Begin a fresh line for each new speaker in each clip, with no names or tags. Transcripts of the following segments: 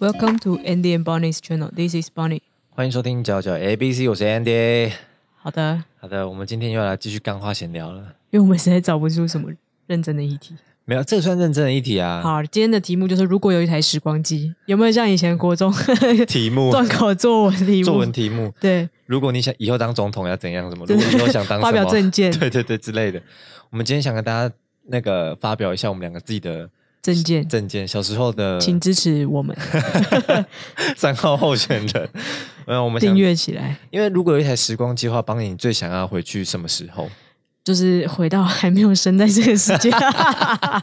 Welcome to Andy and Bonnie's channel. This is Bonnie.
欢迎收听角角 ABC，我是 Andy。
好的，
好的，我们今天又来继续干话闲聊了。
因为我们实在找不出什么认真的议题。
没有，这个算认真的一题啊。
好，今天的题目就是：如果有一台时光机，有没有像以前国 中
题目，
断考作文题目？
作文题目。
对，
如果你想以后当总统要怎样？什么？如果以后想当什么
发表政见
对对对之类的。我们今天想跟大家那个发表一下我们两个自己的
证件，
证件，小时候的
请支持我们
三号候 选人。嗯，我们想
订，阅起来，
因为如果有一台时光机的话，帮你最想要回去什么时候？
就是回到还没有生在这个世 界，
那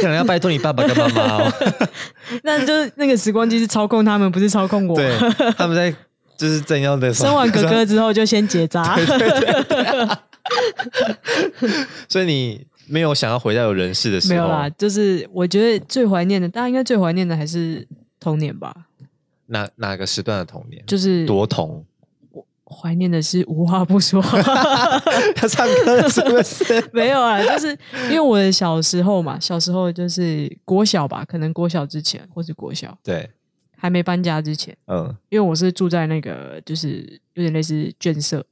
可能要拜托你爸爸跟妈妈哦。
那就是那个时光机是操控他们，不是操控我。
对，他们在就是正要的时候
生完哥哥之后就先结 扎，
所以你没有想要回到有人世的时候，
没有啦。就是我觉得最怀念的，大家应该最怀念的还是童年吧，
哪哪个时段的童年？
就是
多童，
怀念的是无话不说，
他唱歌了是不是？
没有啊，就是因为我的小时候嘛，小时候就是国小吧，可能国小之前或是国小
对，
还没搬家之前，
嗯，
因为我是住在那个就是有点类似眷舍、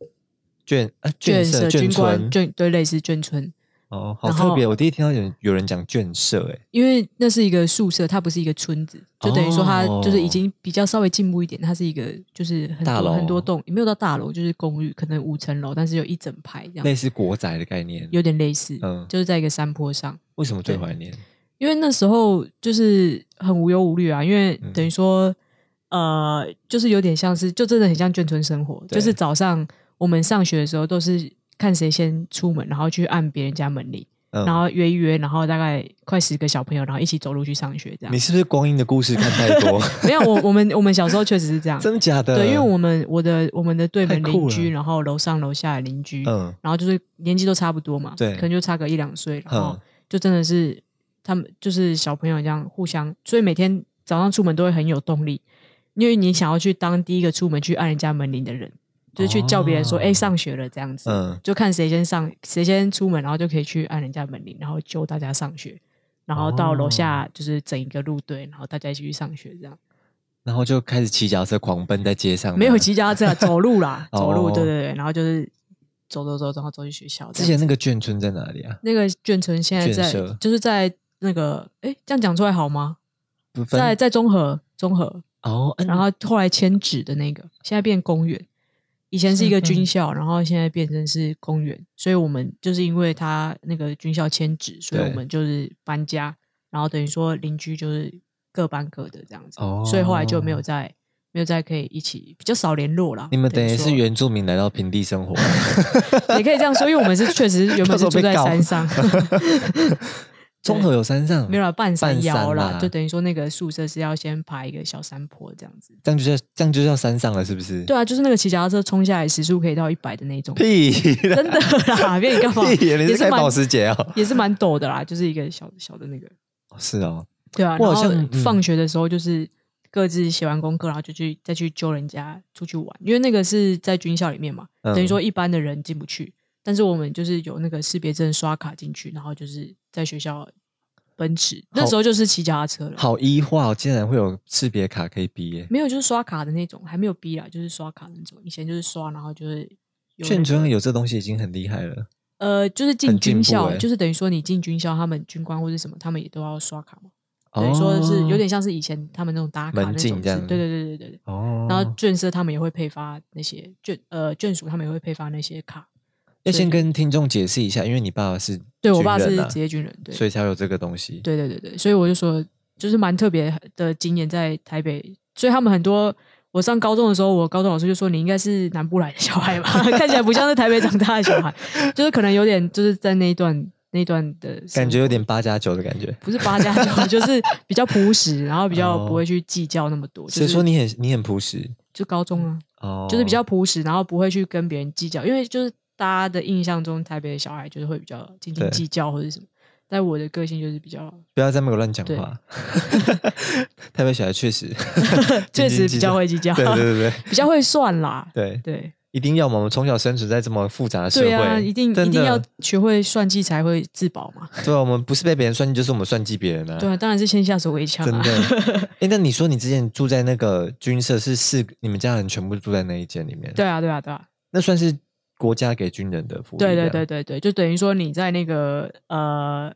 眷啊眷
舍、
眷
军官
村
眷对，类似眷村，
哦，好
然后
特别。我第一听到有人有人讲眷舍、欸，
因为那是一个宿舍，它不是一个村子，就等于说它
哦
就是已经比较稍微进步一点，它是一个就是很
大
多
楼
很多栋，也没有到大楼，就是公寓，可能五层楼，但是有一整排这
类
样，
似国宅的概念。
有点类似，
嗯
就是在一个山坡上。
为什么最怀念？
因为那时候就是很无忧无虑啊，因为
嗯
等于说，呃，就是有点像是，就真的很像眷村生活，
对
就是早上我们上学的时候都是看谁先出门，然后去按别人家门铃，
嗯
然后约一约，然后大概快十个小朋友，然后一起走路去上学，这样
你。是不是光阴的故事看太 多？
没有，我我们我们小时候确实是这样，
真的假的？
对，因为我们我的我们的对门
太
邻
酷
居，
了
然后楼上楼下的邻居，
嗯
然后就是年纪都差不多嘛，
对
可能就差个一两岁，然后
嗯
就真的是他们就是小朋友这样互相，所以每天早上出门都会很有动力，因为你想要去当第一个出门去按人家门铃的人，就是去叫别人说，
哦
哎、上学了这样子，
嗯，
就看谁先上，谁先出门，然后就可以去按人家门铃，然后揪大家上学，然后到楼下
哦
就是整一个路队，然后大家一起去上学这样。
然后就开始骑脚踏车狂奔在街上，
没有。骑脚踏车啊，走路 啦，
哦
走路，对对对，然后就是走走走，然后走去学校。
之
这
前
样
那个眷村在哪里啊？
那个眷村现在
眷
在
舍
就是在那个，哎，这样讲出来好吗？
不分
在在中和，中和，
哦，嗯
然后后来迁址的那个，现在变公园。以前是一个
是
军校，然后现在变成是公园，所以我们就是因为他那个军校迁址，所以
对
我们就是搬家，然后等于说邻居就是各搬各的这样子，
哦
所以后来就没有再没有再可以一起，比较少联络啦。
你们等于
说
是原住民来到平地生活，
也可以这样说， 因为我们是确实原本是住在山上，
中和有山上，
没有啦，半山腰
半山
啦，
啦
就等于说那个宿舍是要先爬一个小山坡这样子。
这样就叫这样就叫山上了，是不是？
对啊，就是那个骑脚踏车冲下来时速可以到一百的那种，
屁啦，
真的啦，别你干嘛？
屁，你
也
是
是
开
蛮
保时捷哦？
也是蛮陡的啦，就是一个小小的那个。
是 哦，
对啊，
我
然
好
后
像嗯
放学的时候就是各自写完功课，然后就去再去揪人家出去玩，因为那个是在军校里面嘛，
嗯
等于说一般的人进不去，但是我们就是有那个识别证刷卡进去，然后就是在学校奔驰，那时候就是骑脚踏车了，
好医化哦，竟然会有识别卡可以毕业。
没有就是刷卡的那种，还没有逼啦，就是刷卡的那种，以前就是刷，然后就是有那
眷村
个
有这东西已经很厉害了，
呃，就是进
很进
军
步
校，
欸
就是等于说你进军校，他们军官或是什么，他们也都要刷卡嘛，
哦
等于说是有点像是以前他们那种打卡那
门
种
禁
制，
这
对
样
对对对对对。
哦。
然后眷社他们也会配发那些眷呃眷属，他们也会配发那些卡。
要先
对
跟听众解释一下，因为你爸爸是
对我爸是
军人啊
职业军人，对
所以才有这个东西。
对对对对，所以我就说，就是蛮特别的经验在台北，所以他们很多。我上高中的时候，我高中老师就说你应该是南部来的小孩吧， 看起来不像是台北长大的小孩，就是可能有点就是在那一段那一段的生活
感觉有点八加九的感觉。
不是八加九， 就是比较朴实，然后比较
哦
不会去计较那么多。就
谁
是
说你很你很朴实？
就高中啊，
哦，
就是比较朴实，然后不会去跟别人计较，因为就是大家的印象中，台北的小孩就是会比较斤斤
对
计较或者什么。但我的个性就是比较，
不要在那个乱讲
对
话。 台北小孩确实
确实比较会计较
斤 斤计较，对对对对
比较会算啦。
对，
对
一定要嘛我们从小生存在这么复杂的社
对
会，
啊，一定
真
一定
的
要学会算计才会自保嘛。
对啊，我们不是被别人算计，就是我们算计别人啊。
对啊，当然是先下手为强
真
啊。
的。 哎，那你说你之前住在那个军社是四个，你们家人全部住在那一间里面？
对啊，对啊，对啊，
那算是国家给军人的福利。啊
对对对。对对，就等于说你在那个呃，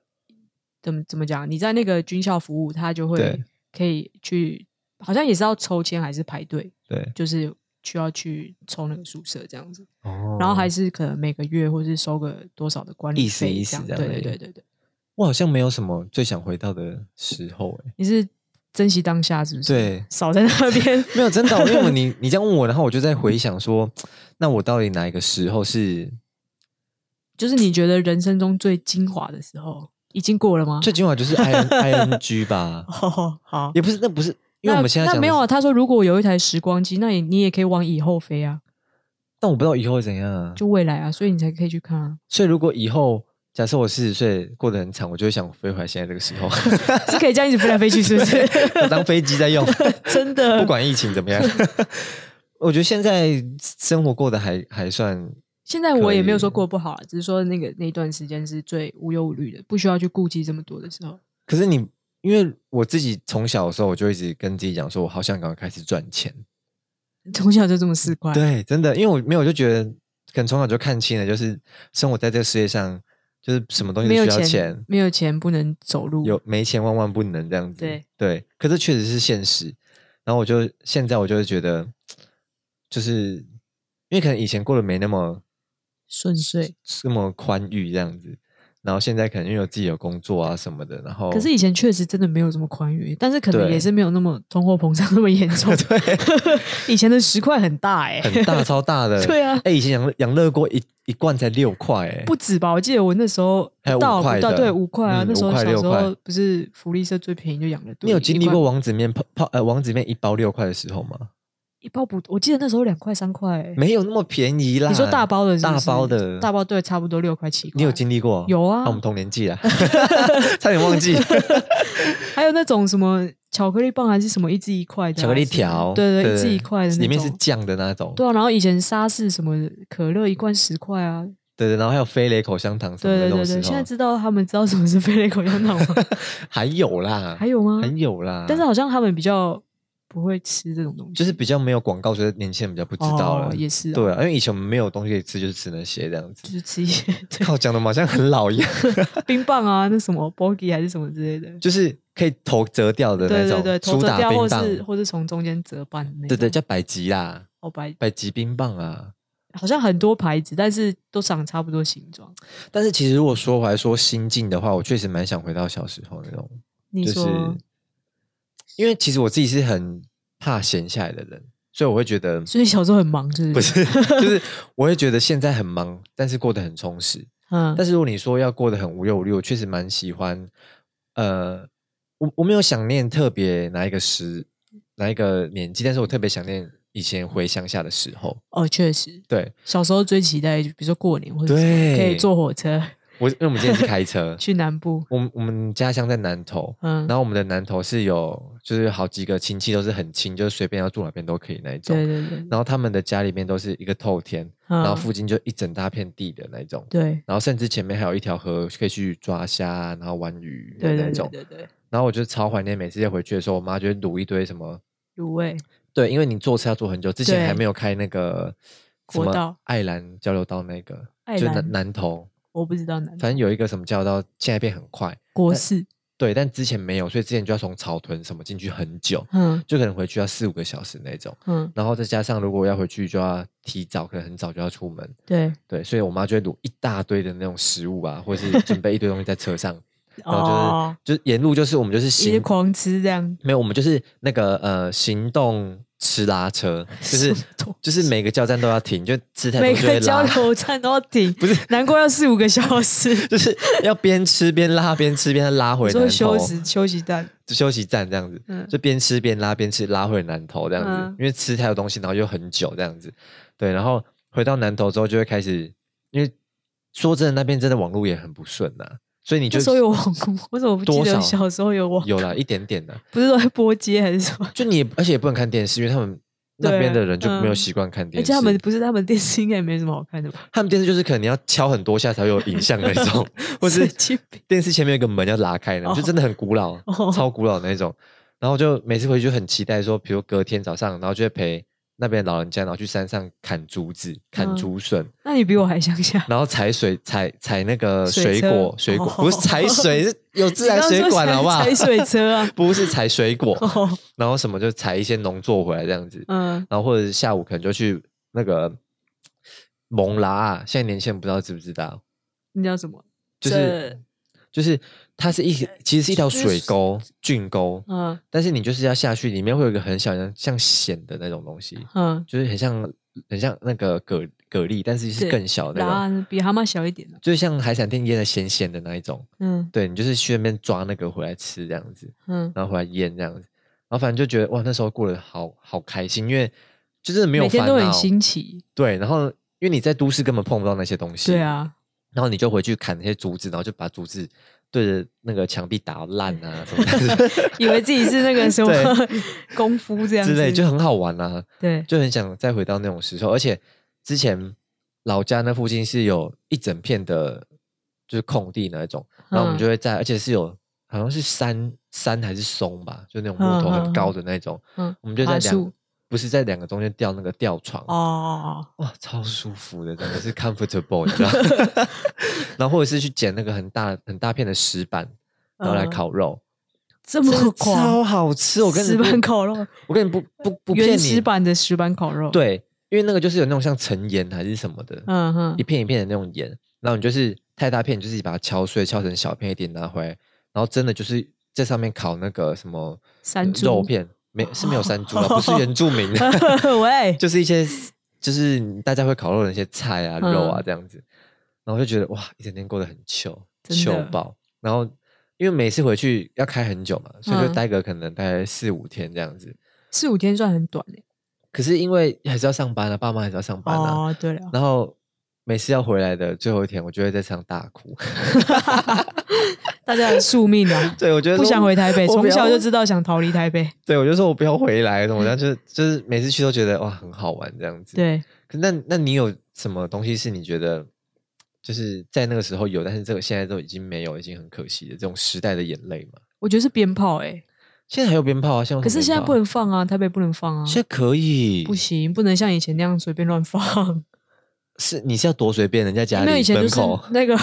怎么怎么讲？你在那个军校服务，他就会
对
可以去，好像也是要抽签还是排队，
对，
就是需要去抽那个宿舍这样子。
哦
然后还是可能每个月或是收个多少的管理
意思
费
意
这
思
样。
这
对
样而
对
已
对对对，
我好像没有什么最想回到的时候 哎、
你是珍惜当下是不是？
对
少在那边
没有真的哦，因为我你你这样问我，然后我就在回想说，那我到底哪一个时候 是
就是你觉得人生中最精华的时候已经过 了吗？，
最精华？就是 I N I N G 吧
哦，好，
也不是，那不是，因为我们现在
那那
讲的
没有
是
啊。，他说如果有一台时光机，那也你也可以往以后飞啊，
但我不知道以后会怎样啊。
就未来啊，所以你才可以去看啊，
所以如果以后假设我四十岁过得很惨，我就会想飞回来现在这个时候，
是可以这样一直飞来飞去， 是不是？
我当飞机在用，
真的，
不管疫情怎么样。 我觉得现在生活过得还还算
现在我也没有说
可以
过得不好啊，只是说那个那一段时间是最无忧无虑的，不需要去顾忌这么多的时候。
可是你，因为我自己从小的时候，我就一直跟自己讲说，我好想赶快开始赚钱。
从小就这么四块，
对，真的，因为我没有，我就觉得可能从小就看清了，就是生活在这个世界上，就是什么东西
没
都
有
需要
钱，
钱，
没有钱不能走路。
有没钱万万不能这样子。
对
可是确实是现实。然后我就现在我就会觉得，就是因为可能以前过得没那么
顺遂，
这么宽裕这样子，然后现在可能因为我自己有工作啊什么的，然后
可 是以前确实真的没有这么宽裕，但是可能
对
也是没有那么通货膨胀那么严 重。以前的十块很大哎、
很大超大的，
对啊
哎、以前养乐养乐锅一一罐才六块、哎，
不止吧？我记得我那时候
还有
不到
五块
不到
的
对五块啊，
嗯
那时候
五块
小时
六
候
块
不是福利社最便宜就养了。
你有经历过
一罐
王子面泡泡呃王子面一包六块的时候吗？
一包不？我记得那时候两块三块、欸。
没有那么便宜啦。
你说大包的是不
大
是
包的
大包对，差不多六块七块。
你有经历过？
有啊
我们同年纪 啊，差点忘记
还有那种什么巧克力棒还是什么一支一块的啊、
巧克力
是不是
条，
对对，一支一块的那种，
里面是酱的那种，
对啊，然后以前沙士什么可乐一罐十块啊，
对对，然后还有飞雷口香糖什么
对
的
对
哦
对
那种时
对，
候，
现在知道他们知道什么是飞雷口香 糖吗？
还有啦，
还有吗？
还有啦，
但是好像他们比较不会吃这种东西，
就是比较没有广告，所以年轻人比较不知道了
哦、。也是、啊，
对啊，因为以前我们没有东西可以吃，就是吃那些这样子
就。是吃一些对
靠，讲的好像很 老一样，
冰棒啊，那什么 bogey 还是什么之类的，
就是可以头折掉的那
对对
种，
对，头
苏
折
打
掉或
冰棒，
是或是从中间折半的那种，
对对，叫百吉啦，
哦白，
百吉冰棒啊。
好像很多牌子，但是都长差不多形状。
但是其实如果说回来说心境的话，我确实蛮想回到小时候那种，
你
就是
说、
因为其实我自己是很怕闲下来的人，所以我会觉得
所以小时候很忙，就是
不是， 就是我会觉得现在很忙，但是过得很充实。
嗯，
但是如果你说要过得很无忧无虑，我确实蛮喜欢。呃，我我没有想念特别哪一个时哪一个年纪，但是我特别想念以前回乡下的时候。
哦，确实，
对
小时候最期待，比如说过年或者什么
对
可以坐火车，
我，因为我们今天是开车
去南部，
我们我们家乡在南投，
嗯
然，后我们的南投是有就是好几个亲戚都是很亲，就是随便要住哪边都可以那一种。
对对对，
然后他们的家里面都是一个透天，然后
嗯，
附近就一整大片地的那一种，
对
然后甚至前面还有一条河可以去抓虾，然后玩鱼的
对
那
对对
种。
对对，
然后我就超怀念每次要回去的时候，我妈就会卤一堆什么，
卤味，
对，因为你坐车要坐很久，之前
对
还没有开那个什
国
么
道
爱兰交流道那个，
爱
就
兰
南南投，
我不知道南
反正有一个什么交流道，现在变很快，
国式，
对，但之前没有，所以之前就要从草屯什么进去很久，
嗯
就可能回去要四五个小时那种。
嗯，
然后再加上如果要回去就要提早，可能很早就要出门，
对，
对，所以我妈就会卤一大堆的那种食物啊， 或是准备一堆东西在车上，然后就是、
哦，
就是沿路就是我们就是
一直
行，
狂吃这样，
没有我们就是那个呃行动吃拉车，就
什
是
么东
就是每个加油站都要停，就吃太多
每
就会
个交
拉，
流站都要停，
不是
难怪要四五个小 时，
就是要边吃边拉，边吃边拉回
你
南
说
头
休息休息站，
就休息站这样子，
嗯
就边吃边拉，边吃拉回南头这样子，
嗯
因为吃太多东西，然后又很久这样子，对，然后回到南头之后就会开始，因为说真的，那边真的网络也很不顺呐、啊所以你就
那时候有网络，为什么我不记
多
得
少
小时候有网？
有啦，一点点的，
不是都在播街还是什么？
就你也而且也不能看电视，因为他们
对
那边的人就没有
嗯
习惯看
而
电视，
且他们不是他们电视应该也没什么好看的吧？
他们电视就是可能你要敲很多下才会有影像那 种，或是
神经病
电视前面有个门要拉开呢，就真的很古老，
哦
超古老的那种。然后就每次回去就很期待说，比如隔天早上，然后就会陪那边的老人家，然后去山上砍竹子、砍
嗯
竹笋，
那你比我还乡下。
然后采水、采采那个
水
水
车
果、水果，
哦
不是采水， 是有 自
你
来
刚刚
水
说
管
踩
好不好？
踩水车 啊
不是采水果，
哦，
然后什么就采一些农作回来这样子。
嗯，
然后或者下午可能就去那个蒙拉、啊，现在年轻人不知道知不知道，
那叫什么？
就是就是它是一其实是一条水沟郡沟，
嗯
但是你就是要下去，里面会有一个很小的像蚬的那种东西，
嗯，
就是很像很像那个蛤蛤蜊，但是是
对
更小的
然
那种，
后比蛤蟆小一点的。
就是像海产店腌的咸咸的那一种。
嗯
对你就是去那边抓那个回来吃这样子，
嗯，
然后回来腌这样子，然后反正就觉得哇那时候过得好好开心，因为就是没有
每天
烦
都很
恼。
新奇。
对，然后因为你在都市根本碰不到那些东西，
对，啊，
然后你就回去砍那些竹子，然后就把竹子对着那个墙壁打烂啊什么的
以为自己是那个 什么功夫这样
之 类，
子，
就很好玩啊，
对，
就很想再回到那种时候。而且之前老家那附近是有一整片的，就是空地那一种，然后我
嗯
们就会在，而且是有好像是山山还是松吧，就那种木头
嗯嗯嗯
很高的那种，
嗯，
我们就在
爬
两
树
不是在两个中间吊那个吊床
哦哦，
哇，超舒服的，真的是 comfortable，你知道吗？ 然后或者是去捡那个很大很大片的石板，然后来
嗯
烤肉，
这么
真的超
狂，
好吃！我跟你
石
不
板烤肉，
我跟你不不不骗
原
你
石，板的石板烤肉，，
对，因为那个就是有那种像陈盐还是什么的，
嗯哼
一，片一片的那种盐，然后你就是太大片，你就是把它敲碎，敲成小片一点拿回来，然后真的就是在上面烤那个什么
山猪，
肉片，没是没有山猪啊，不是原住民
哦喂，
就是一些就是大家会烤肉的一些菜啊、
嗯
肉啊这样子，然后就觉得哇，一整天过得很糗，
真的
糗爆。然后因为每次回去要开很久嘛，所以就
嗯
待个可能大概四五天这样子。
四五天算很短欸
可是因为还是要上班啊，爸妈还是要上班啊，
哦，对了，
然后每次要回来的最后一天，我就会在车上大哭。，
大家的宿命啊
对，我觉得
不想回台北，
我不
从
要
小就知道想逃离台北，
对我就说我不要回来，怎么样？就是就是每次去都觉得哇很好玩这样子。，
对，
可那那你有什么东西是你觉得就是在那个时候有，但是这个现在都已经没有，已经很可惜的这种时代的眼泪嘛？
我觉得是鞭炮哎，
现在还有鞭炮啊，像
可是现在不
能，
能放啊，台北不能放啊，
现在可以，
不行，不能像以前那样随便乱放。
是你是要多随便人家家
因为以
里
前就
门
是
口
那 个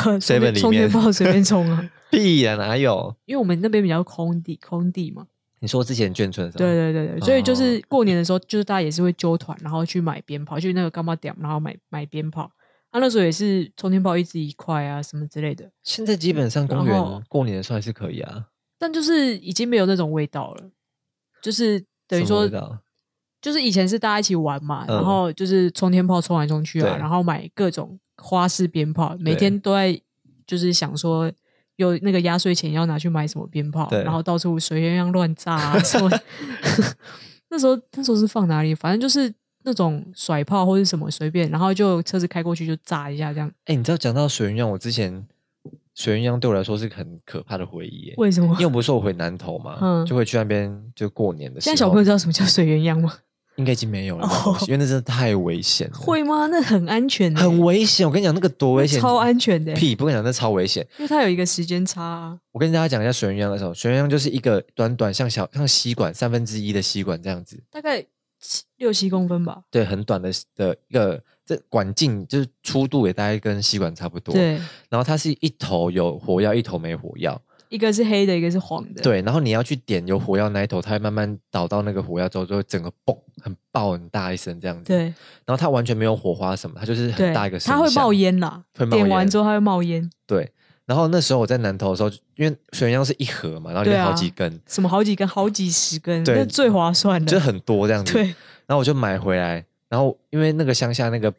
充电
seven 里
充
面
电宝随便充啊，
屁啊，哪有？
因为我们那边比较空地，空地嘛，
你说之前眷村是吧
对对对
哦
对，所以就是过年的时候，就是大家也是会揪团，然后去买鞭炮，去那个干嘛点，然后买买鞭炮。他、那时候也是充电宝一支一块啊，什么之类的，
现在基本上
然
公
后
园过年的时候还是可以啊。
但就是已经没有那种味道了，就是等于
什么
说
味，道
就是以前是大家一起玩嘛，
嗯
然后就是冲天炮冲来冲去啊，
对
然后买各种花式鞭炮，每天都在就是想说有那个压岁钱要拿去买什么鞭炮，
对
然后到处随便样乱炸啊 什么。那时候那时候是放哪里？反正就是那种甩炮或是什么随便，然后就车子开过去就炸一下这样。
哎、你知道讲到水鸳鸯，我之前水鸳鸯对我来说是很可怕的回忆耶。
为什么
因为？我不是说我回南投嘛，
嗯
就会去那边就过年的时
现
候。
在小朋友知道什么叫水鸳鸯吗？
应该已经没有了，那
哦
东西因为那真的太危险了，
会吗？那很安全、欸，
很危险。我跟你讲，那个多危险，
超安全的欸
屁，不跟你讲，那超危险。
因为它有一个时间差、啊。
我跟大家讲一下水鸳鸯的时候，水鸳鸯就是一个短短像小像吸管三分之一的吸管这样子，
大概七六七公分吧。
对，很短的的一个这管径就是粗度也大概跟吸管差不多。，
对，
然后它是一头有火药，一头没火药。
一个是黑的，一个是黄的。，
对，然后你要去点有火药那一头，它会慢慢倒到那个火药之后，就会整个嘣，很爆很大一声这样子。，
对
然后它完全没有火花什么，它就是很
对，
大一个声
它会
响
冒。烟啦，
会冒
点完
烟
之后它会冒烟，
对，然后那时候我在南投的时候，因为水鸯是一盒嘛，然后里
对
面
啊
好几根，
什么好几根、好几十根，
对
那最划算
就是
的。
很多这样子。
对，
然后我就买回来，然后因为那个乡下那个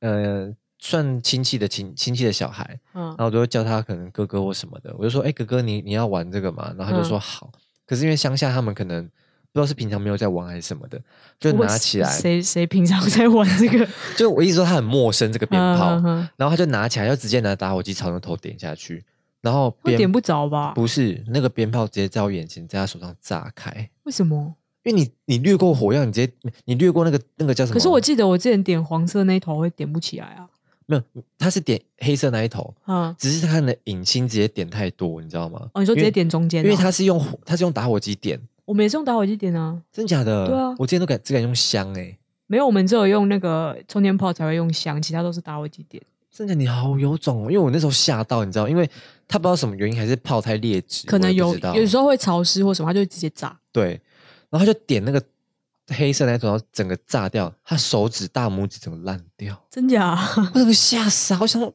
呃算亲戚的亲亲戚的小孩，
嗯
然，后我就会叫他可能哥哥或什么的，我就说：“哎、哥哥你，你要玩这个吗？”然后他
嗯
就说：“好。可是因为乡下他们可能不知道是平常没有在玩还是什么的，就
不过
拿起来，
谁谁平常在玩这个
就 我一直说他很陌生这个鞭炮，
嗯嗯嗯
然后他就拿起来，就直接拿打火机朝那头点下去，然后
会
鞭
点不着吧？
不是那个鞭炮直接在我眼前，在他手上炸开。
为什么？
因为你你掠过火药，你直接你掠过那个那个叫什么？
可是我记得我之前点黄色那一头会点不起来啊。
没有，它是点黑色那一头，
嗯，
只是它的引擎直接点太多，你知道吗？
哦，你说直接
因为，
点中间、
因为
它
它是用火，它是用打火机点，
我们也是用打火机点啊，
真假的？
对啊
我之前都敢只敢用香哎、
没有，我们只有用那个充电炮才会用香，其他都是打火机点。
真的你好有种哦！因为我那时候吓到，你知道，因为他不知道什么原因，还是炮太劣质，
可能
我
有
也不知道
有时候会潮湿或什么，它就会直接炸。
对，然后他就点那个黑色那种，然后整个炸掉，他手指大拇指整个烂掉，
真假？
我整个吓傻，我想说，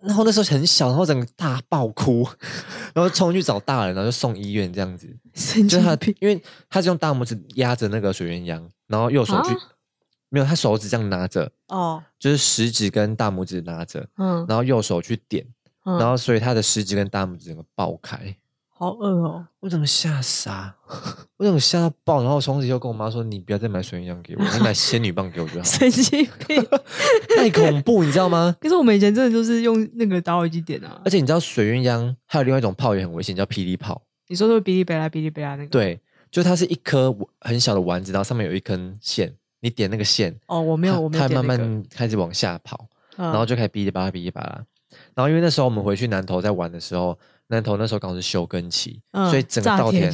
然后那时候很小，然后整个大爆哭， 然后冲去找大人，然后就送医院这 样子。
神
就
经
是他
病，！
因为他是用大拇指压着那个水鸳鸯，然后右手去、
啊
没有，他手指这样拿着，
哦，
就是食指跟大拇指拿着，
嗯，
然后右手去点，
嗯
然后所以他的食指跟大拇指整个爆开，
好饿哦，
我整个吓傻， 我整个吓到爆，然后我从此就跟我妈说：“你不要再买水鸳鸯给我，你买仙女棒给我就好。
神经 病。”
太恐怖，你知道吗？
可是我们以前真的就是用那个打火机点啊
而，且你知道水鸳鸯还有另外一种炮也很危险，叫霹雳炮。
你说的哔哩哔啦哔哩哔啦那个，，
对，就它是一颗很小的丸子，然后上面有一根线，你点那个线，
哦，我没有，
它
我没
它
有
会
点
慢
那个，嗯
慢开始往下跑，
然
然后就开始哔哩吧啦哔哩吧啦。然后因为那时候我们回去南投在玩的时候，南投那时候刚好是休耕期，所以整个稻田，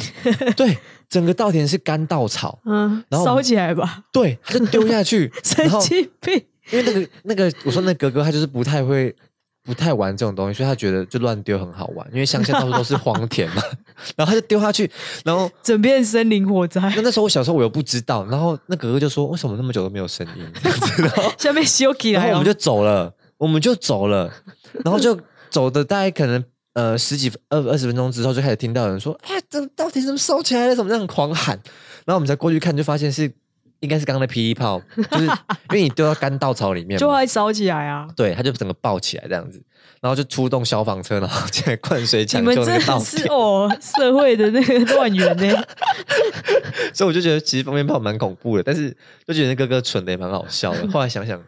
对，整个稻田是干稻草，
嗯，
然后我
烧
们
起来吧，，
对，他就丢下去
神
然后
经病，
因为那个那个我说那哥哥他就是不太会。不太玩这种东西，所以他觉得就乱丢很好玩，因为乡下到处都是荒田嘛，然后他就丢下去，然后
整片森林火灾，
那那时候我小时候我又不知道，然后那哥哥就说为什么那么久都没有声音， 这样子然后
下面修起
然
来啊
后我
了，
们就走了，我们就走了，然后就走的大概可能呃十几分二二十分钟之后，就开始听到有人说：“哎，这到底怎么收起来了？怎么这样狂喊？”然后我们才过去看，就发现是应该是刚刚的霹雳炮，就是因为你丢到干稻草里 面
就
嘛，
会烧起来啊！
对，它就整个爆起来这样子，然后就出动消防车，然后进来灌水
你
抢
们
救那
真
个稻
的是
田。
哦，社会的那个乱源呢，
所以我就觉得其实放鞭炮蛮恐怖的，但是就觉得那哥哥蠢的也蛮好笑的。后来想想，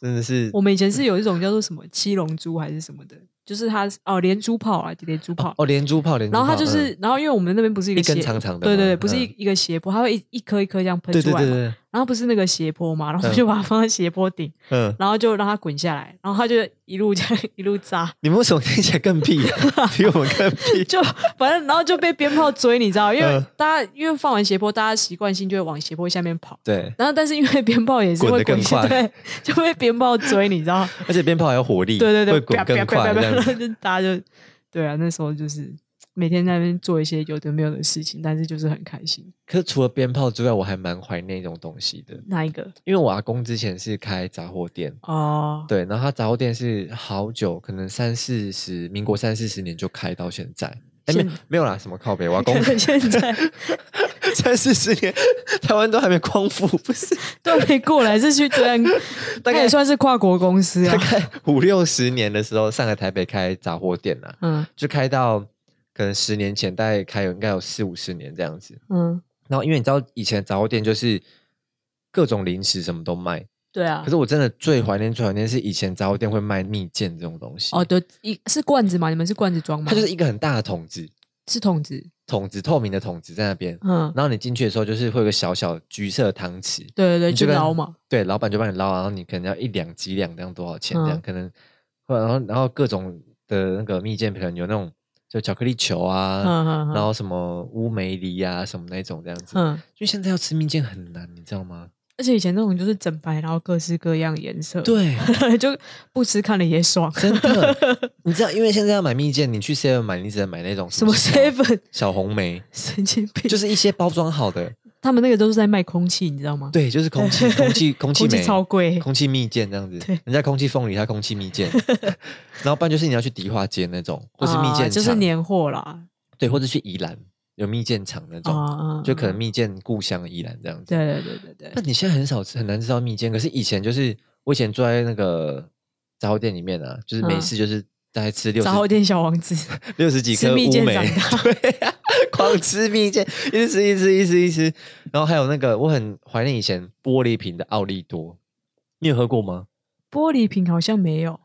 真的是
我们以前是有一种叫做什么七龙珠还是什么的，就是它是哦连珠炮啊，连珠炮。
哦连珠炮，连珠
然
炮，嗯
后它就是，然后因为我们那边不是一个
一根
斜
长长的
对对
嘛
对，不是一
嗯
一个斜坡，它会一一颗一颗这样喷
嗯对
出
对
来
对
嘛。
对，
然后不是那个斜坡嘛，然后我
嗯
们就把它放在斜坡顶，
嗯，
然后就让它滚下来，然后它就一路这样 一路扎，
你们为什么听起来更屁、啊 比我们更屁？
就反正然后就被鞭炮追，你知道，因为
嗯
大家因为放完斜坡，大家习惯性就会往斜坡下面跑。
对，
然后，但是因为鞭炮也是
滚
会
得更
滚下，
快
对，就被鞭炮追，你知 道？
而且鞭炮还有火力，
对对对，
会滚
啪
更快这样子。
就大家就对啊，那时候就是每天在那边做一些有的没有的事情，但是就是很开心。
可是除了鞭炮之外，我还蛮怀念一种东西的，
哪一个？
因为我阿公之前是开杂货店，
哦，
对，然后他杂货店是好久，可能三四十，民国三四十年就开到现在。哎，没
现
没有啦，什么靠北，我阿公
现在
三四十年，台湾都还没光复，不是？
都没过来，是去对岸，
大
那
概
也算是跨国公司
大
啊。
概五六十年的时候，上来台北开杂货店啊啦、
嗯
就开到可能十年前，大概开有应该有四五十年这样子。
嗯，
然后因为你知道以前的杂货店就是各种零食什么都卖，
对啊
可。是我真的最怀念最怀念是以前杂货店会卖蜜饯这种东西。
哦，对，一是罐子嘛？你们是罐子装吗？
它就是一个很大的桶子，
是筒子。
桶子透明的桶子在那边。
嗯，
然后你进去的时候，就是会有个小小橘色的汤匙，
对对对，
你就
就
跟
捞嘛。
对，老板就帮你捞，然后你可能要一两几两，这样多少钱？这样、
嗯
可能，或然后然后各种的那个蜜饯，可能有那种就巧克力球啊，
嗯嗯嗯
然后什么乌梅梨啊，什么那种这样子。
嗯，
因为现在要吃蜜饯很难，你知道吗？
而且以前那种就是整排，然后各式各样颜色，，
对，
就不吃看了也爽。
真 的，你知道，因为现在要买蜜饯，你去 seven 买，你只能买那种
什么
小
seven
小红梅，
神经病，
就是一些包装好的，
他们那个都是在卖空气，你知道吗？
对，就是空 气空气空气
空气
梅。
超贵，
空气蜜饯这样子
对，
人家空气凤梨，它空气 蜜饯，然后不然就是你要去迪化街那种，或是蜜饯
啊
厂，
就是年货啦，
对，或者去宜兰有蜜饯厂那种，
啊
就可能蜜饯故乡宜兰这样子。
对对对对对，
但你现在很少吃，很难吃到蜜饯。可是以前就是我以前坐在那个杂货店里面啊，就是没
嗯
事就是大概吃六十
杂货店小王子，
六十几
吃
颗
蜜饯
乌梅
长，
对啊，狂吃蜜饯，一直吃一直吃一直吃一直吃。然后还有那个我很怀念以前玻璃瓶的奥利多，你有喝过吗？
玻璃瓶好像没有，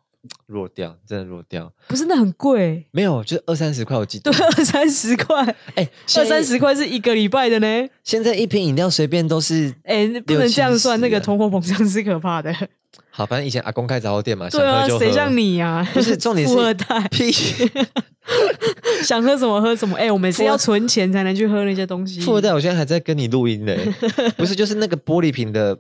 弱掉，真的弱掉。
不是那很贵，
没有，就是二三十块，我记得
对，。二三十块，
哎、
二
现在
三十块是一个礼拜的呢。
现在一瓶饮料随便都是，
哎、不能这样算，
60
那个
啊
通货膨胀是可 怕的。
好，反正以前阿公开杂货店嘛，想
对啊
喝就，喝。
谁像你呀、啊？
不是重点是
富二代，
屁？
想喝什么喝什么。哎、我们是
富二
要存钱才能去喝那些东西。
富二代，我现在还在跟你录 音呢。不是，就是那个玻璃瓶的，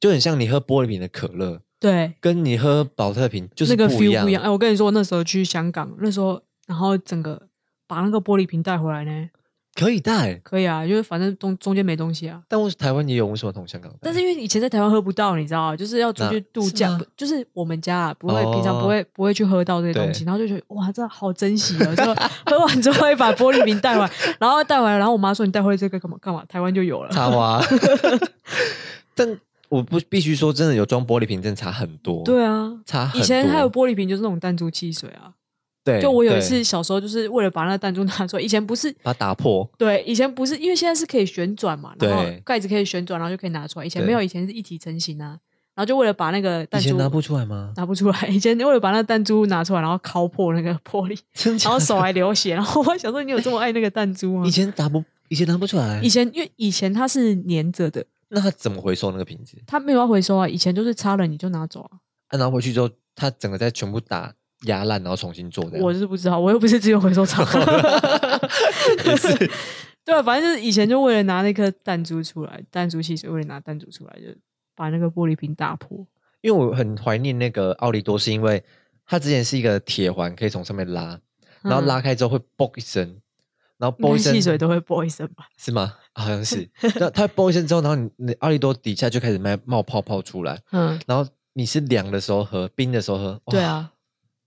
就很像你喝玻璃瓶的可乐，
对，
跟你喝宝特瓶就是
那个
不一
feel
样。
不一样。哎、我跟你说，我那时候去香港，那时候然后整个把那个玻璃瓶带回来呢，
可以带，
可以啊，就是反正中中间没东西啊。
但为什么台湾也有，为什么同香港带？
但是因为以前在台湾喝不到，你知道吗？就是要出去
那
度假
是吗，
就是我们家啊，不会、
哦
平常不会不会去喝到这些东西，然后就觉得哇，这好珍惜哦！就喝完之后会把玻璃瓶带回来，然后带回来，然后我妈说你带回来这个干嘛干嘛？台湾就有了。
插花，啊但我不必须说，真的有装玻璃瓶，真的差很多。，
对啊，
差很多。
以前还有玻璃瓶就是那种弹珠汽水啊，
对，
就我有一
对
次小时候就是为了把那个弹珠拿出来，以前不是。
把它打破，
对，以前不是因为现在是可以旋转嘛，然后
对
盖子可以旋转，然后就可以拿出来。以前
对
没有，以前是一体成型啊。然后就为了把那个
以
弹珠
前拿不出来吗？
拿不出来，以前为了把那个弹珠拿出来，然后敲破那个玻 璃，
真
然后
假的？
手还流血，然后我想说你有这么爱那个弹珠吗
以？前打不，以前拿不出来
以。前因为以前它是粘着的，
那他怎么回收那个瓶子？
它没有要回收啊，以前就是擦了你就拿走啊，
他拿回去之后，他整个再全部打压烂，然后重新做的。
我是不知道，我又不是只有回收厂。
也是
对啊，反正就是以前就为了拿那颗弹珠出来，弹珠汽水为了拿弹珠出来，就把那个玻璃瓶打破。
因为我很怀念那个奥利多，是因为它之前是一个铁环，可以从上面拉，然后
嗯
拉开之后会啵一声，然后
应
啵
该
一声
汽水都会啵一声吧？
是吗？好 像是。那它啵一声之后，然后你你奥利多底下就开始冒冒泡泡出来，
嗯，
然后你是凉的时候喝，冰的时候喝，哇
对，啊，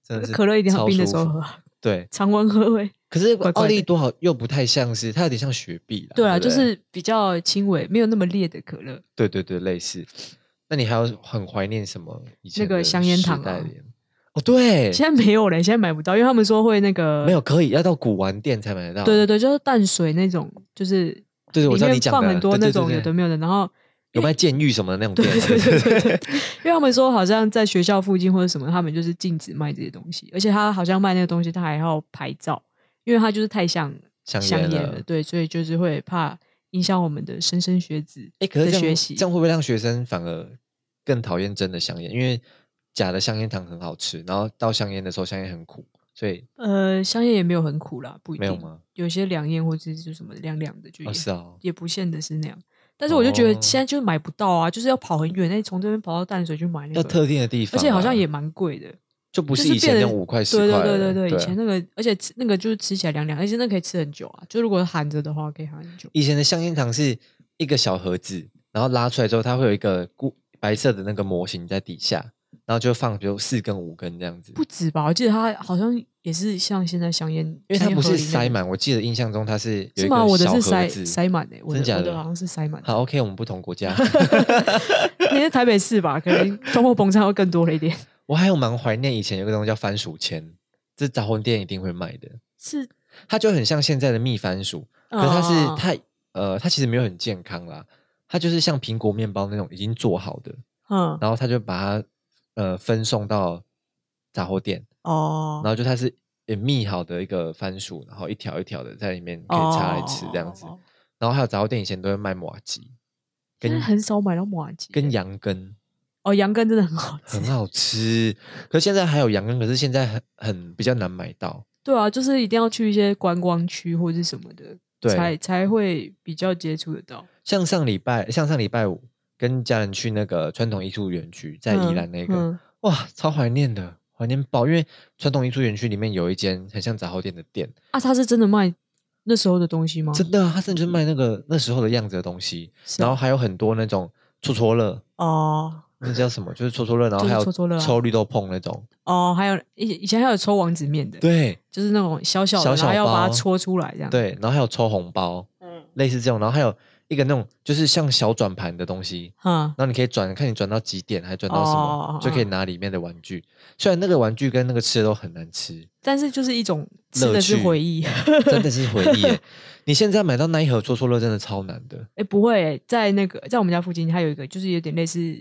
真的是
可乐一定要
超
冰的
舒
时候
服
喝啊，
对。
常温喝会。
可是
怪怪
奥
的
利多好又不太像是，它有点像雪碧啦。
对啊，
不
就是比较轻微，没有那么烈的可乐。
对对对，类似。那你还有很怀念什么以前
个
的
香烟
时
糖啊
代联哦，对，
现在没有了，现在买不到，因为他们说会那个
没有。可以要到古玩店才买得到。
对对对，就是淡水那种，就是
对对，我
里
知道你
面
讲
放
的
很多
对
那
对对
种有
对
的没有的，然后
有卖监狱什么的那种啊
对
店。
对对对 对，因为他们说好像在学校附近或者什么，他们就是禁止卖这些东西，而且他好像卖那个东西，他还要拍照，因为他就是太像
香
香
烟
烟
了
了，对，所以就是会怕影响我们的莘莘学子
哎，可是
的
这
学
样
习
这样会不会让学生反而更讨厌真的香烟？因为假的香烟糖很好吃，然后到香烟的时候香烟很苦，所以
呃，香烟也没有很苦啦，不一
没有
定，
吗？
有些凉烟或者是什么凉凉的，就也
哦，是啊，
也不见得是那样。但是我就觉
哦
得现在就是买不到啊，就是要跑很远，那从这边跑到淡水去买那
要
个，
特定的地方
而
啊，
且好像也蛮贵的。
就不
就是是
以前
变
那
得
种五块十块
对对
了。
对对对，以
啊
前那个，而且吃那个就是吃起来凉凉，而且那可以吃很久啊。就如果含着的话，可以含很久。
以前的香烟糖是一个小盒子，然后拉出来之后，它会有一个固白色的那个模型在底下，然后就放比如四根五根这样子，
不止吧？我记得它好像也是像现在香烟，因
因为它不是塞，满，我记得印象中它是有
是
一
吗？我
个
的
小
是
盒
塞
子。
塞满欸诶，我的
真假
我
的
的好像是塞满。
好，OK，我们不同 国家。
你在台北市吧？可能通货膨胀要更多了一 点。
我还有蛮怀念以前有个东西叫番薯签，这杂货店一定会卖的，
是，嗯
它就很像现在的蜜番薯，可是它是、
哦
它呃它其实没有很健康啦，它就是像苹果面包那种已经做好的，
嗯
然后他就把它呃分送到杂货店，然
哦，
后就它是也密好的一个番薯，然后一条一条的在里面可以插来吃这样子。
哦
然后还有杂货店以前都会卖马吉，
现在
跟
很少买到马吉，
跟羊羹
哦羊羹真的很好吃
很。好吃，可是现在还有羊羹，可是现在很很比较难买到。
对啊，就是一定要去一些观光区或是什么的，
对
才才会比较接触得到。
像上礼拜，像上礼拜五跟家人去那个传统艺术园区，在宜
嗯
兰那个，
嗯
哇，超怀念的，怀念爆！因为传统艺术园区里面有一间很像杂货店的店，
啊，他是真的卖那时候的东西吗？
真的、啊，他甚至卖那个那时候的样子的东
哦
西，
嗯是啊
然后还有很多那种搓搓乐，
哦
那叫什么？就是搓搓乐，然后
就是
还有
戳戳乐啊
抽绿豆碰那种，
哦，还有以以前还有抽王子面的，，
对
就是那种小小的，
小
然
小
后要把
包
它搓出来这样。，
对，然后还有抽红包，
嗯，
类似这种，然后还有一个那种就是像小转盘的东西，
哈，
然后你可以转，看你转到几点，还转到什么，
哦
就可以拿里面的玩具。虽然那个玩具跟那个吃的都很难吃，
但是就是一种吃
乐
的是
趣
回 忆。
真的是回忆 耶。你现在买到那一盒戳戳乐真的超难的，
哎，不会欸，在那个在我们家附近，它有一个就是有点类似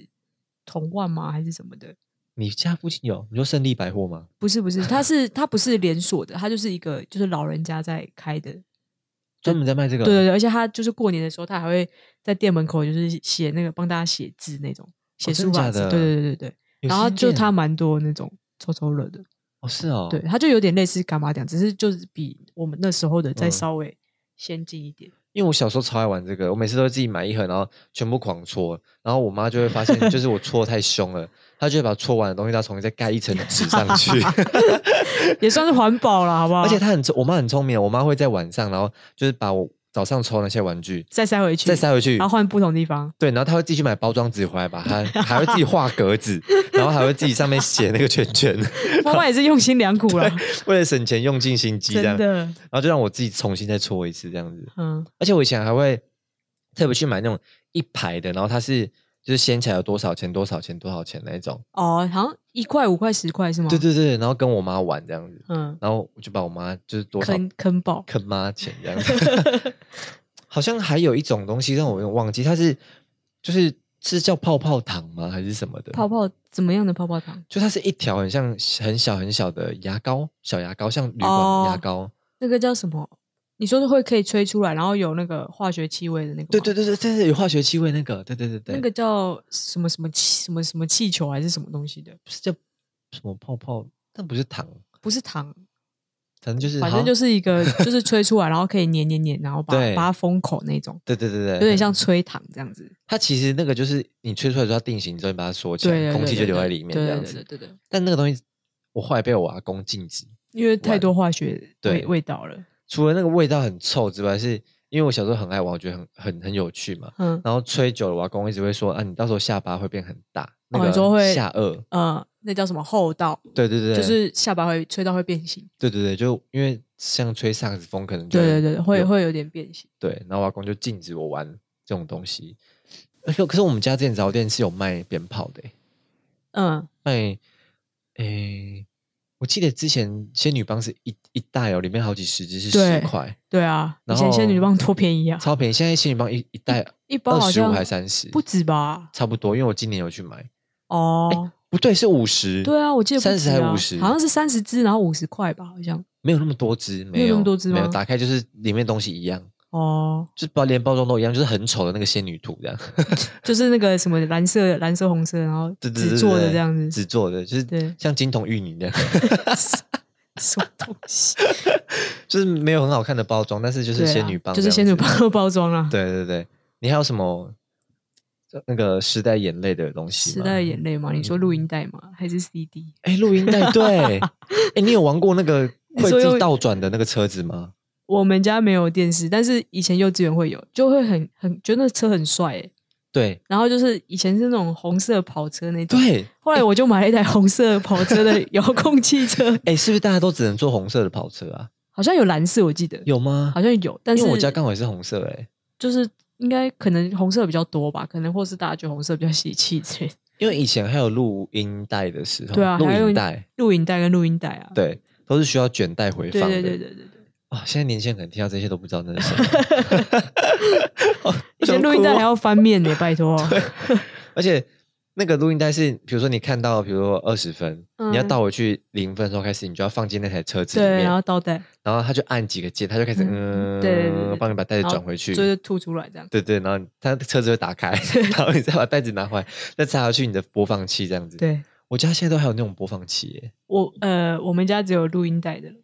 铜腕吗？还是什么的？
你家附近有？你说胜利百货吗？
不是不是，它是它不是连锁的，它就是一个就是老人家在开的，
专门在卖这个？
对对对，而且他就是过年的时候，他还会在店门口就是写那个帮大家写字那种，写
哦真
书
假
法字，
的
对对对对对。
有
然后
新
就
店
他蛮多那种抽抽乐的，
哦，是哦，
对，，他就有点类似干嘛讲，只是就是比我们那时候的再
嗯
稍微先进一点。
因为我小时候超爱玩这个，我每次都会自己买一盒，然后全部狂搓，然后我妈就会发现，就是我搓得太凶了，她就会把搓完的东西再重新再盖一层纸上 去。
也算是环保了，好不好？
而且她很聪，我妈很聪明，我妈会在晚上，然后就是把我早上抽的那些玩具
再塞回去，
再塞回去
然，后换不同地方。
对，然后她会自己去买包装纸回来，把它还会自己画格子，然后还会自己上面写那个圈圈，
妈妈也是用心良苦了，
为了省钱用尽心机这
真
样，然
的，
后就让我自己重新再搓一次这样子。
嗯，
而且我以前还会特别去买那种一排的，然后它是就是掀起来有多少钱多少钱多少钱那一种。
哦，好像一块、五块、十块是吗？
对，对对，然后跟我妈玩这样子，
嗯，
然后我就把我妈就是多少
坑坑爆，
坑妈钱这 样子。 好像还有一种东西让我有点忘记，它是就是是叫泡泡糖吗？还是什么的？
泡泡怎么样的泡泡糖？
就它是一条很像很小很小的牙膏，小牙膏像旅馆
哦
牙膏。
那个叫什么？你说是会可以吹出来，然后有那个化学气味的那个？
对对，对对对对，有化学气味那个，对对对对，
那个叫什么什么气什么什么气球还是什么东西的？
是叫什么泡泡？但不是糖，
不是糖，
反正就是
反
好
正
像
就是一个就是吹出来，然后可以黏黏黏，然后把
对
把它封口那种，
对对对对，
有点像吹糖这样子。
它其实那个就是你吹出来之后它定型之后，你把它锁起
对，对
来，空气就留在里面
对
这
对
样
对对
子。
对对，对
但那个东西，我后来被我阿公禁止，
因为太
玩
多化学味
对
味道了。
除了那个味道很臭之外，是因为我小时候很爱玩，我觉得很很很有趣嘛。
嗯
然后吹久了，我阿公一直会说啊，你到时候下巴会变很大，那
哦你说会
个下颚，
呃，那叫什么厚道，
对对对，
就是下巴会吹到会变形。
对对对，就因为像吹萨克斯风可能就
对对对，会
有
会有点变形。
对，然后我阿公就禁止我玩这种东西。而且可是我们家之前早店是有卖鞭炮的欸、
嗯，
卖，诶，我记得之前仙女棒是一一袋哦，里面好几十只是
对
十块，
对啊，以
然
前仙女
后
棒多便宜啊，
超便宜。现在仙女棒一一袋
一包
二
好
十五
像
还三十，
不止吧？
差不多。因为我今年有去买，
哦，
不对，是五十。
对啊，我记得不
哎三十
止
还
啊
五十，
好像是三十支，然后五十块吧，好像。
没有那么多只，没
有那么多只
没有
吗
打开就是里面东西一样，
哦，
就是包连包装都一样，就是很丑的那个仙女图这样。
就是那个什么蓝色、蓝色、红色，然后
对对对
纸
对
做的
对
这样子，
纸做的就是
对
像金童玉女这样，
什么东西？
就是没有很好看的包装，但是就是
对啊
仙女棒这
就
样子，
是仙女棒的包装啊啦。
对对对，你还有什么呃那个时代眼泪的东西
时
吗？
代的眼泪嘛，你说录音带嘛，还是 CD？
哎，录音 带对，哎，你有玩过那个
你
会
说
自己
用
倒转的那个车子吗？
我们家没有电视，但是以前幼稚园会有，就会很很觉得那车很帅、欸。
对
然后就是以前是那种红色跑车那种，
对，
后来我就买了一台红色跑车的遥控汽车，
哎，是不是大家都只能坐红色的跑车啊？
好像有蓝色，我记得
有吗？
好像有，但
因
是
为我家刚好也是红色，哎，
就是应该可能红色比较多吧，可能或是大家觉得红色比较喜气之类的。
因为以前还有录音带的时候，
对啊，
哦录
还有
影带，
录影带跟录音带啊，
对，都是需要卷带回
对
放
对
的。
对对对对，
啊，现在年轻人可能听到这些都不知道那是什么。
以前录音
哦
带还要翻面呢、拜托。
而且那个录音带是，比如说你看到，比如说二十分，
嗯
你要倒回去零分的时候开始，你就要放进那台车子里
对，
面，
然后
然后
倒带，
他就按几个键，他就开始
嗯
嗯，
对对对对
帮你把袋子
然后
转回去，
就是吐出来这样。
对对，然后他车子会 打开，然后你再把袋子拿回来，再插回去你的播放器这样子。
对
我家现在都还有那种播放器耶，
我呃，我们家只有录音带的了，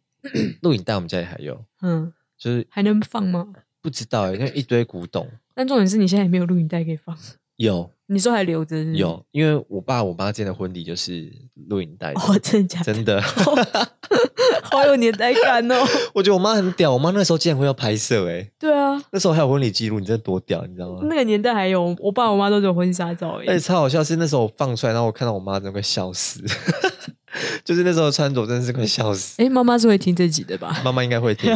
录影带我们家也还有，
嗯，
就是
还能放吗？
不知道耶，因为一堆古董
但重点是你现在也没有录影带可以放，
有
你说还留着是不是？
有，因为我爸我妈之间的婚礼就是录影带 的，
哦，真的假的？
真的。
好有年代感哦。
我觉得我妈很屌，我妈那时候竟然会要拍摄哎、
对啊，
那时候还有婚礼记录，你真的多屌，你知道吗？
那个年代还有我爸我妈都只有婚纱照而
而且
已。
超好笑是那时候我放出来，然后我看到我妈真的快笑死， 就是那时候穿着真的是快笑死。
哎，妈妈是会听这集的 吧？
妈妈应该 会听，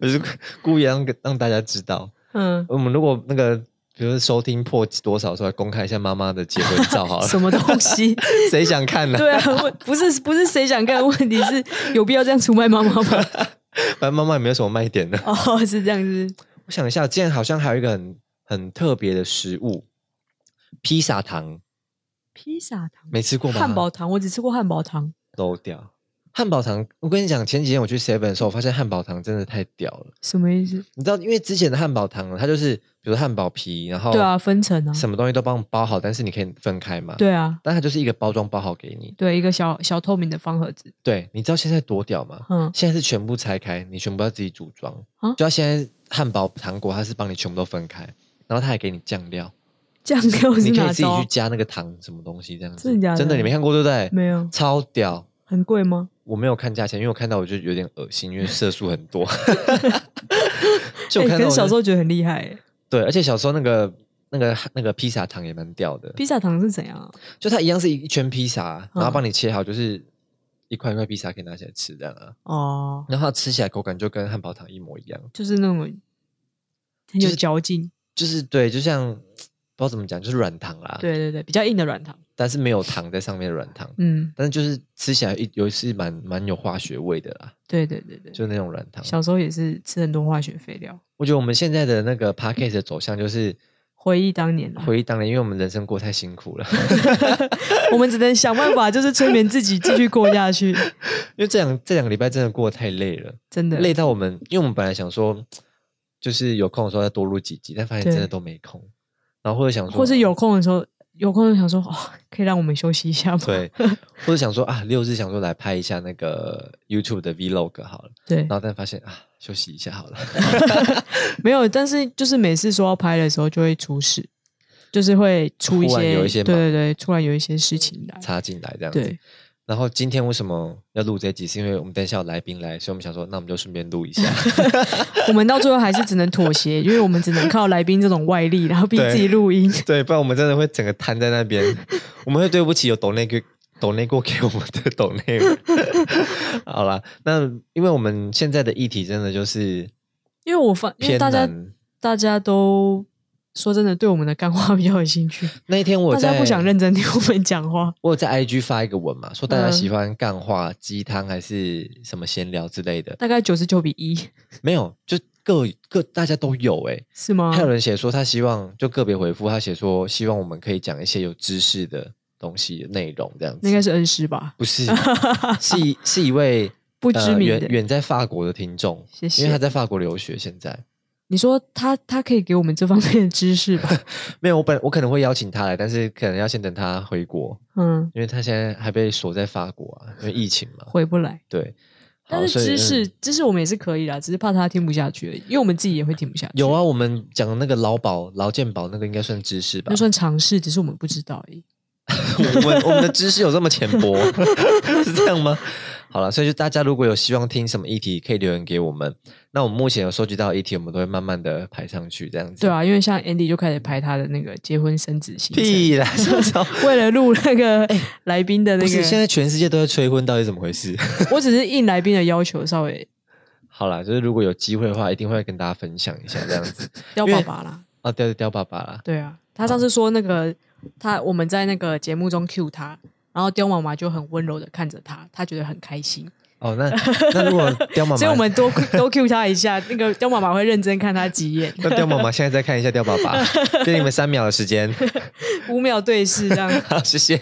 我是故意让让大家知道，
嗯，
我们如果那个比如说收听破多少的时候，公开一下妈妈的结婚照好 了，
什么东西？
谁想看呢、
对啊，我不是不是谁想干的问题，是有必要这样出卖妈妈吗？
反正妈妈也没有什么卖点的。
哦，是这样子。
我想一下，之前好像还有一个很很特别的食物，披萨糖。
披萨糖、
没吃过吗？
汉堡糖，我只吃过汉堡糖。
漏掉。汉堡糖，我跟你讲，前几天我去 Seven 的时候，我发现汉堡糖真的太屌了。
什么意思？
你知道，因为之前的汉堡糖，它就是比如汉堡皮，然后
对啊，分层啊。
哦什么东西都帮我包好，但是你可以分开嘛。，
对啊，
但它就是一个包装包好给你。
对，一个小小透明的方盒子。
对，你知道现在多屌吗？
嗯，
现在是全部拆开，你全部要自己组装。
啊
就要现在汉堡糖果，它是帮你全部都分开，然后它还给你酱料，
酱料
你
是
可以
哪
自己去
招？
加那个糖什么东西这样子。
真的假的
你没看过对不对？
没有，
超屌！
很贵吗？
我没有看价钱，因为我看到我就有点恶心，因为色素 很多。就我
哎可
看到我
是小
就
时候觉得很厉害欸。
对，而且小时候那个那个那个披萨糖也蛮屌的，
披萨糖是怎样啊？
就它一样是一圈披萨，然后
嗯
帮你切好，就是一块一块披萨可以拿起来吃这样啊。
哦，
然后它吃起来口感就跟汉堡糖一模一样，
就是那种很
就
有
是
嚼劲。
就是对，就像不知道怎么讲，就是软糖啦，
对对对，比较硬的软糖。
但是没有糖在上面的软糖，
嗯，
但是就是吃起来一有是蛮蛮有化学味的啦，
对对对对。
就那种软糖。
小时候也是吃很多化学废料，
我觉得我们现在的那个 p a c k a g e 的走向就是
回忆当年啊。
回忆当年，因为我们人生过太辛苦了，
我们只能想办法，就是催眠自己继续过下去。
因为这两这两个礼拜真的过得太累了，
真的
累到我们，因为我们本来想说就是有空的时候再多录几集，但发现
对
真的都没空，然后或者想说，
或是有空的时候，有空就想说，哦，可以让我们休息一下吗？
对，或者想说啊，六日想说来拍一下那个 YouTube 的 Vlog 好了，
对
然，后但发现啊，休息一下好了。
没有，但是就是每次说要拍的时候，就会出事，就是会出一
突然
些，
有一些
对
忙
对对，突然有一些事情来。
插进来这样子。
对，
然后今天为什么要录这集？是因为我们等一下有来宾来，所以我们想说，那我们就顺便录一下。
我们到最后还是只能妥协，因为我们只能靠来宾这种外力，然后逼自己录音。
对，不然我们真的会整个瘫在那边，我们会对不起有抖内给抖内过给我们的抖内 们。好啦，那因为我们现在的议题真的就是
因为我发，因为
偏
大家
难。
大家都说真的，对我们的干话 比较有兴趣，
那一天我
大家
在
不想认真听我们讲话。
我有在 IG 发一个文嘛，说大家
嗯
喜欢干话、鸡汤还是什么闲聊之类的，
大概九十九比一，
没有，就各各大家都有哎、
是吗？
还有人写说他希望就个别回复，他写说希望我们可以讲一些有知识的东西内容这样
那应该
子。
是恩师吧？
不是，是一是一位
不知名
呃、
的
远远在法国的听众，
谢谢
因为他在法国留学。现在
你说他他可以给我们这方面的知识 吧？
没有，我本我可能会邀请他来，但是可能要先等他回国，
嗯，
因为他现在还被锁在法国啊，因为疫情嘛。
回不来。
对，好
但是
所以
知识
嗯
知识我们也是可以啦，只是怕他听不下去而已，因为我们自己也会听不下去。
有，啊，我们讲的那个劳保、劳健保那个应该算知识吧
那？算尝试，只是我们不知道而已。
我们我们的知识有这么浅 薄，是这样吗？好了，所以就大家如果有希望听什么议题，可以留言给我们。那我们目前有收集到的议题，我们都会慢慢的排上去，这样子。
对，啊，因为像 Andy 就开始拍他的那个结婚生子行程，
屁啦！是不是
为了录那个来宾的那
不是，现
个，
在全世界都在催婚，到底怎么回事？
我只是应来宾的要求，稍微
好啦，就是如果有机会的话，一定会跟大家分享一下这样 子。
要
因为
爸爸啦。
啊，对对，刁爸爸啦，
对啊，他上次说那个他我们在那个节目中 cue 他，然后刁妈妈就很温柔的看着他，他觉得很开心。
哦， 那那如果刁妈妈，
所以我们 多多 Q 他一下，那个刁妈妈会认真看他几 眼，
那刁妈妈现在再看一下刁爸 爸，给你们三秒的时间。
五秒对视这样。
好，谢谢。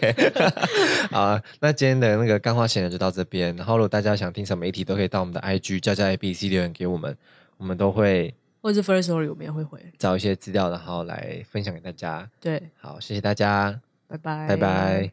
好啊，那今天的那个干话闲聊就到这边。然后，如果大家想听什么议题，都可以到我们的 IG 叫叫 ABC 留言给我们，我们都会
或者是 First Story 我们也会回。
找一些资料，然后来分享给大家。
对，
好，谢谢大家，
拜拜，
拜拜。